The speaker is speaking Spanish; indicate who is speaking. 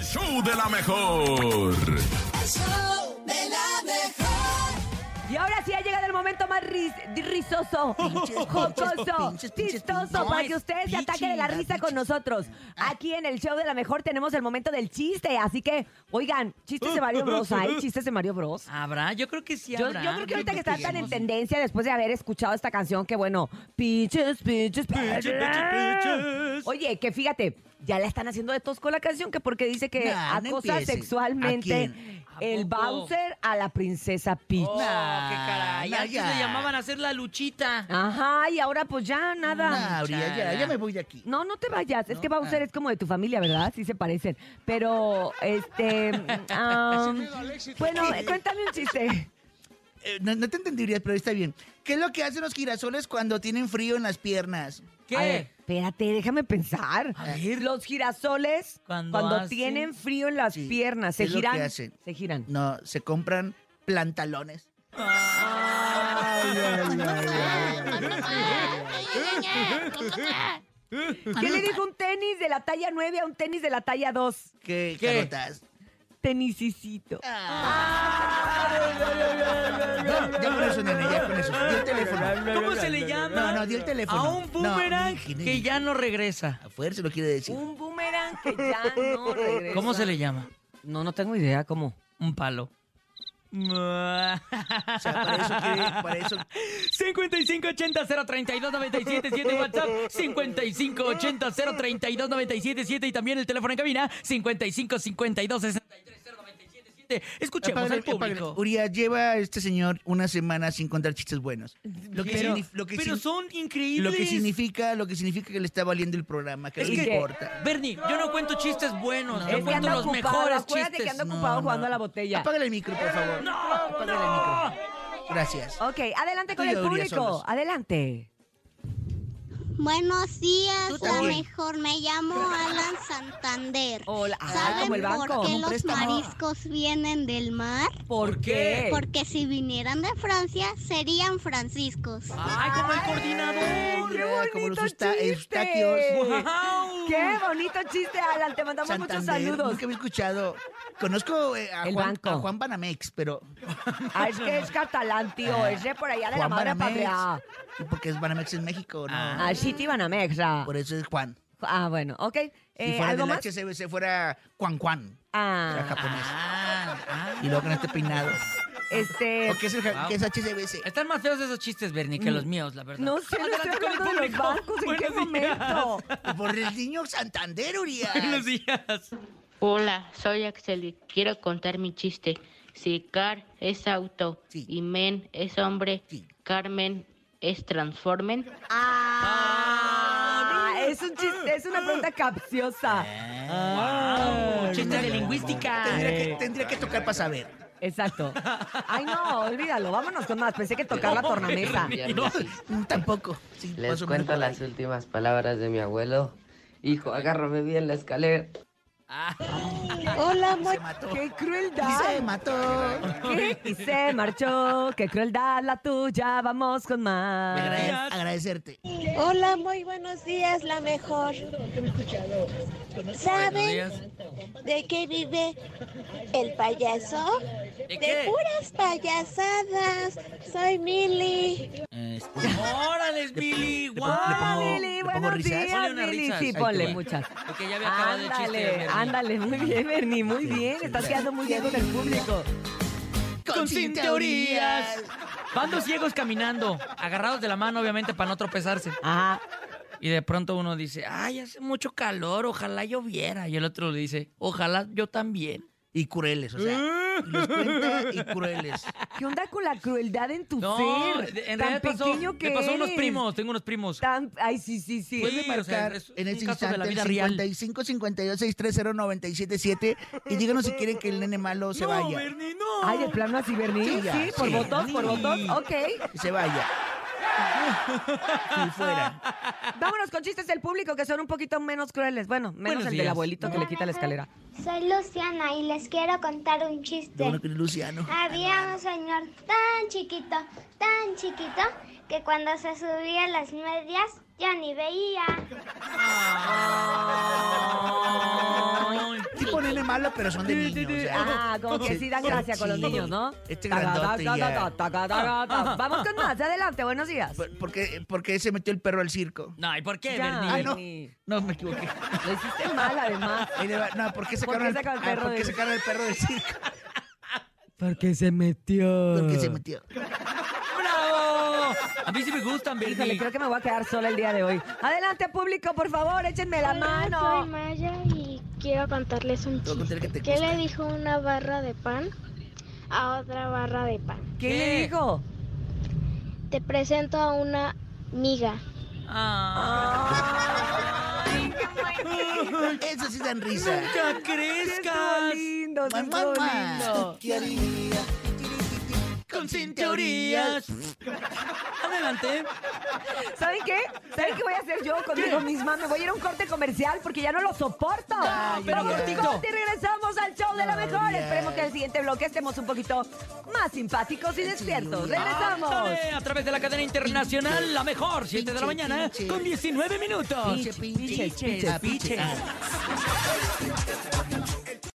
Speaker 1: show de la mejor.
Speaker 2: Y ahora sí ha llegado el momento más ris- rizoso, jocoso,
Speaker 3: pinches, pinches,
Speaker 2: chistoso,
Speaker 3: pinches.
Speaker 2: para que ustedes se
Speaker 3: Pinches, Ah.
Speaker 2: ataquen de la risa con nosotros. Aquí en el show de la mejor tenemos el momento del chiste, así que, oigan, chistes de Mario Bros. ¿Hay chistes de Mario Bros?
Speaker 3: ¿Habrá? Yo creo que sí
Speaker 2: Yo, yo
Speaker 3: habrá.
Speaker 2: creo que ahorita que está tan en
Speaker 3: sí.
Speaker 2: tendencia después de haber escuchado esta canción, que bueno, pinches, pinches, pinches. Oye, que fíjate, ya la están haciendo de tosco la canción, que porque dice que
Speaker 3: Nah, no
Speaker 2: acosa
Speaker 3: empieces. ¿A
Speaker 2: sexualmente
Speaker 3: quién?
Speaker 2: ¿A el
Speaker 4: poco?
Speaker 2: Bowser a la princesa Peach.
Speaker 4: Oh, qué caray.
Speaker 3: Nah,
Speaker 4: Antes
Speaker 3: ya.
Speaker 4: le llamaban a hacer la luchita.
Speaker 2: Ajá, y ahora pues ya nada.
Speaker 3: Nah, Aurea, ya, ya me voy de aquí.
Speaker 2: No, no te vayas. Es que Bowser es como de tu familia, ¿verdad? Sí se parecen. Pero, este... am, bueno, eh, cuéntame un chiste.
Speaker 3: Eh, no, no te entendería, pero está bien. ¿Qué es lo que hacen los girasoles cuando tienen frío en las piernas?
Speaker 4: ¿Qué?
Speaker 2: A ver, espérate, déjame pensar.
Speaker 4: A ver.
Speaker 2: Los girasoles, cuando,
Speaker 4: Cuando hacen-
Speaker 2: tienen frío en las
Speaker 3: Sí,
Speaker 2: piernas, se
Speaker 3: es lo que
Speaker 2: giran.
Speaker 3: hacen.
Speaker 2: Se giran.
Speaker 3: No, se compran plantalones.
Speaker 2: ¿Qué le dijo un tenis de la talla 9 a un tenis de la talla 2?
Speaker 3: ¿Qué,
Speaker 4: ¿Qué?
Speaker 3: carotas?
Speaker 2: Tenisicito.
Speaker 3: No, ya con eso, nene, ya con eso. Di el teléfono.
Speaker 4: ¿Cómo se le llama?
Speaker 3: No, no, di el teléfono.
Speaker 4: A un
Speaker 3: No,
Speaker 4: boomerang
Speaker 3: ingeniero.
Speaker 4: que ya no regresa.
Speaker 3: A fuerza lo quiere decir.
Speaker 4: Uh.
Speaker 2: Un boomerang que ya no regresa.
Speaker 4: ¿Cómo se le llama?
Speaker 2: No, no tengo idea cómo.
Speaker 4: Un palo.
Speaker 3: O sea, para eso quiere, para eso
Speaker 4: 5580-032-977 WhatsApp 5580-032-977 y también el teléfono en cabina 5552-630977 Escuchemos
Speaker 3: Apágale,
Speaker 4: pues, al público.
Speaker 3: apágale. Uría, lleva este señor una semana sin contar chistes buenos. Lo que,
Speaker 4: Pero,
Speaker 3: signif- lo que
Speaker 4: pero
Speaker 3: sin-
Speaker 4: son increíbles.
Speaker 3: lo que significa, lo que significa que le está valiendo el programa, que
Speaker 4: Es
Speaker 3: no le
Speaker 2: que-
Speaker 3: importa.
Speaker 4: Bernie, yo no cuento chistes buenos, yo
Speaker 2: Es que
Speaker 4: cuento
Speaker 2: anda
Speaker 4: los
Speaker 2: ocupado.
Speaker 4: mejores
Speaker 2: Acuérdate
Speaker 4: chistes.
Speaker 2: que anda ocupado jugando a la botella. Eh,
Speaker 3: Apágale el micro, por favor.
Speaker 4: No,
Speaker 3: Apágale
Speaker 4: no.
Speaker 3: el micro. Gracias.
Speaker 2: Ok, adelante con
Speaker 3: Tú y
Speaker 2: el
Speaker 3: Aurea
Speaker 2: público.
Speaker 3: solos.
Speaker 2: Adelante.
Speaker 5: Buenos días,
Speaker 3: Tú
Speaker 5: la
Speaker 3: también.
Speaker 5: mejor. Me llamo Alan Santander.
Speaker 2: Hola. Ah, como el
Speaker 5: ¿Saben
Speaker 2: banco.
Speaker 5: por qué
Speaker 3: Como
Speaker 5: los
Speaker 3: préstamo.
Speaker 5: mariscos vienen del mar?
Speaker 2: ¿Por qué?
Speaker 5: Porque si vinieran de Francia, serían franciscos.
Speaker 4: Ay, como el coordinador.
Speaker 2: ¡Qué
Speaker 3: Mira, como los
Speaker 2: bonito
Speaker 3: eusta-
Speaker 2: chiste!
Speaker 3: eustaquios.
Speaker 4: Wow.
Speaker 2: ¡Qué bonito chiste, Alan! Te mandamos muchos
Speaker 3: Santander,
Speaker 2: saludos.
Speaker 3: Nunca había escuchado. Conozco eh, a,
Speaker 2: El
Speaker 3: Juan,
Speaker 2: banco.
Speaker 3: a Juan Banamex, pero
Speaker 2: Ah, es que es catalán, tío. Es de por allá de la
Speaker 3: Juan
Speaker 2: madre patria.
Speaker 3: Banamex. Porque es Banamex en México, ¿no?
Speaker 4: Ah.
Speaker 2: Ah, sí, te iban a Mexa.
Speaker 3: Por eso es Juan.
Speaker 2: Ah, bueno, ok.
Speaker 3: Si
Speaker 2: Eh,
Speaker 3: fuera
Speaker 2: ¿Algo
Speaker 3: del
Speaker 2: más?
Speaker 3: HCBC, fuera Juan Juan. Era
Speaker 2: Ah,
Speaker 3: japonés.
Speaker 4: Ah, ah.
Speaker 3: Y luego con este peinado.
Speaker 2: este...
Speaker 3: ¿O qué es, el, ja-
Speaker 4: Wow.
Speaker 3: qué es HCBC?
Speaker 4: Están más feos esos chistes, Bernie, que los míos, la verdad.
Speaker 2: No sé, no estoy
Speaker 4: Adelante con el
Speaker 2: hablando de los
Speaker 4: público.
Speaker 2: bancos. ¿En qué
Speaker 4: Buenos días.
Speaker 2: momento?
Speaker 3: Por el niño Santander, Urias.
Speaker 4: Buenos días.
Speaker 6: Hola, soy Axel y quiero contar mi chiste. Si Car es auto
Speaker 3: Sí.
Speaker 6: y Men es hombre,
Speaker 3: Sí.
Speaker 6: Carmen es Transformen.
Speaker 2: Ah, es un chiste, es una pregunta capciosa.
Speaker 3: Ah.
Speaker 4: Wow, chiste de lingüística.
Speaker 3: Tendría que, tendría que tocar para saber.
Speaker 2: Exacto. Ay, no, olvídalo, vámonos con más. Pensé que tocar la tornamesa.
Speaker 4: No.
Speaker 3: Mm, Tampoco. Sí, más
Speaker 7: Les
Speaker 3: o menos
Speaker 7: cuento
Speaker 3: por
Speaker 7: las
Speaker 3: ahí.
Speaker 7: últimas palabras de mi abuelo. Hijo, agárrame bien la escalera.
Speaker 4: Ah,
Speaker 2: Hola,
Speaker 3: Se mató.
Speaker 2: qué
Speaker 3: Y se
Speaker 2: crueldad.
Speaker 3: mató.
Speaker 2: ¿Qué? Y se marchó, qué crueldad la tuya, vamos con más.
Speaker 3: Agrade-
Speaker 4: Gracias.
Speaker 3: agradecerte.
Speaker 8: Hola, muy buenos días, la mejor.
Speaker 4: buenos
Speaker 8: ¿Saben
Speaker 4: días.
Speaker 8: de qué vive el payaso?
Speaker 4: ¿De
Speaker 8: De
Speaker 4: qué?
Speaker 8: puras payasadas. Soy Mili.
Speaker 3: Este,
Speaker 4: Órale, Billy.
Speaker 3: le pongo- le
Speaker 4: Wow.
Speaker 3: pongo-
Speaker 2: Ah, Lili,
Speaker 3: ¿le pongo
Speaker 2: buenos
Speaker 3: risas?
Speaker 2: días,
Speaker 4: ¿eh? Ponle unas
Speaker 2: Lili.
Speaker 4: risas.
Speaker 2: Sí,
Speaker 4: Ahí te
Speaker 2: ponle
Speaker 3: va.
Speaker 2: muchas.
Speaker 4: Porque ya había acabado el chiste de
Speaker 2: Ándale,
Speaker 4: Bernie.
Speaker 2: ándale, muy bien, Bernie, muy bien. Estás quedando muy bien con el público.
Speaker 4: Con sin teorías. Van dos ciegos caminando, agarrados de la mano, obviamente, para no tropezarse.
Speaker 2: Ajá.
Speaker 4: Y de pronto uno dice, ay, hace mucho calor, ojalá lloviera. Y el otro le dice, ojalá yo también.
Speaker 3: Y crueles, o sea. y Los cuenta y crueles.
Speaker 2: ¿Qué onda con la crueldad en tu ser?
Speaker 4: de- en
Speaker 2: tan
Speaker 4: realidad pasó,
Speaker 2: pequeño que
Speaker 4: me pasó unos
Speaker 2: eres.
Speaker 4: primos, tengo unos primos.
Speaker 2: Tan, ay, sí, sí, sí.
Speaker 4: Sí,
Speaker 3: Puede
Speaker 4: o sea,
Speaker 3: marcar
Speaker 4: es
Speaker 3: en
Speaker 4: un
Speaker 3: ese
Speaker 4: caso de
Speaker 3: instante
Speaker 4: la
Speaker 3: el
Speaker 4: vida real.
Speaker 3: 55 52 630 977 y díganos si quieren que el nene malo se vaya.
Speaker 4: no.
Speaker 2: Ay, de plano así, Bernie. Sí,
Speaker 3: Sí, ya,
Speaker 2: por
Speaker 3: sí.
Speaker 2: votos, por
Speaker 3: Sí.
Speaker 2: votos. Ok.
Speaker 3: Que se vaya. Si fuera.
Speaker 2: Vámonos con chistes del público que son un poquito menos crueles. Bueno, menos
Speaker 4: Buenos
Speaker 2: el del
Speaker 4: días.
Speaker 2: abuelito que le quita la escalera.
Speaker 9: Soy Luciana y les quiero contar un
Speaker 3: Lo bueno
Speaker 9: chiste.
Speaker 3: que es Luciano.
Speaker 9: Había un señor tan chiquito, tan chiquito, que cuando se subía las medias ya ni veía.
Speaker 4: Ay,
Speaker 3: Tipo nene malo, pero son de niños. o sea.
Speaker 2: Ah, como que sí dan gracia con los
Speaker 3: Sí.
Speaker 2: niños, ¿no?
Speaker 3: Este grandote ya.
Speaker 2: Vamos con más, adelante, buenos días.
Speaker 3: Por- Porque, porque se metió el perro al circo.
Speaker 4: No, ¿y por qué,
Speaker 2: Ya,
Speaker 4: Bernie?
Speaker 3: Ay, Ah, no.
Speaker 2: Bernie.
Speaker 3: No, me equivoqué.
Speaker 2: Lo hiciste mal, además.
Speaker 3: Ahí le va- No, ¿por qué sacaron,
Speaker 2: qué
Speaker 3: al-
Speaker 2: sacaron el
Speaker 3: ah,
Speaker 2: perro
Speaker 3: ¿por qué
Speaker 2: del-
Speaker 3: sacaron al perro del circo?
Speaker 2: Porque se metió.
Speaker 3: Porque se metió.
Speaker 4: ¡Bravo! A mí sí me gustan,
Speaker 2: Híjole,
Speaker 4: Bernie.
Speaker 2: creo que me voy a quedar sola el día de hoy. Adelante, público, por favor, échenme la mano.
Speaker 10: Soy Maya y quiero contarles un
Speaker 3: Te voy a contar
Speaker 10: chiste.
Speaker 3: el que te
Speaker 10: ¿Qué
Speaker 3: gusta.
Speaker 10: le dijo una barra de pan a otra barra de pan?
Speaker 2: ¿Qué le
Speaker 4: ¿Qué?
Speaker 2: dijo?
Speaker 10: Te presento a una miga.
Speaker 4: Ah.
Speaker 2: ¡Ay,
Speaker 3: Eso sí dan risa.
Speaker 4: ¡Nunca
Speaker 2: estuvo
Speaker 4: crezcas!
Speaker 2: lindo, sí estuvo
Speaker 3: Mamá,
Speaker 2: lindo!
Speaker 3: qué alegría.
Speaker 4: Con sin teorías. Adelante.
Speaker 2: ¿Saben qué? ¿Saben qué voy a hacer yo conmigo misma? Me voy a ir a un corte comercial porque ya no lo soporto.
Speaker 4: pero
Speaker 2: Vamos a un
Speaker 4: cortito.
Speaker 2: corte y regresamos al show de la mejor.
Speaker 3: Gloria.
Speaker 2: Esperemos que en el siguiente bloque estemos un poquito más simpáticos y despiertos.
Speaker 3: Oh.
Speaker 2: Regresamos.
Speaker 4: Ándale, A través de la cadena internacional, la mejor, 7 de la mañana,
Speaker 3: pinche.
Speaker 4: con 19 minutos.
Speaker 3: Pinche, pinche,
Speaker 2: Piches, piches,
Speaker 3: Ah, pinche. Ah.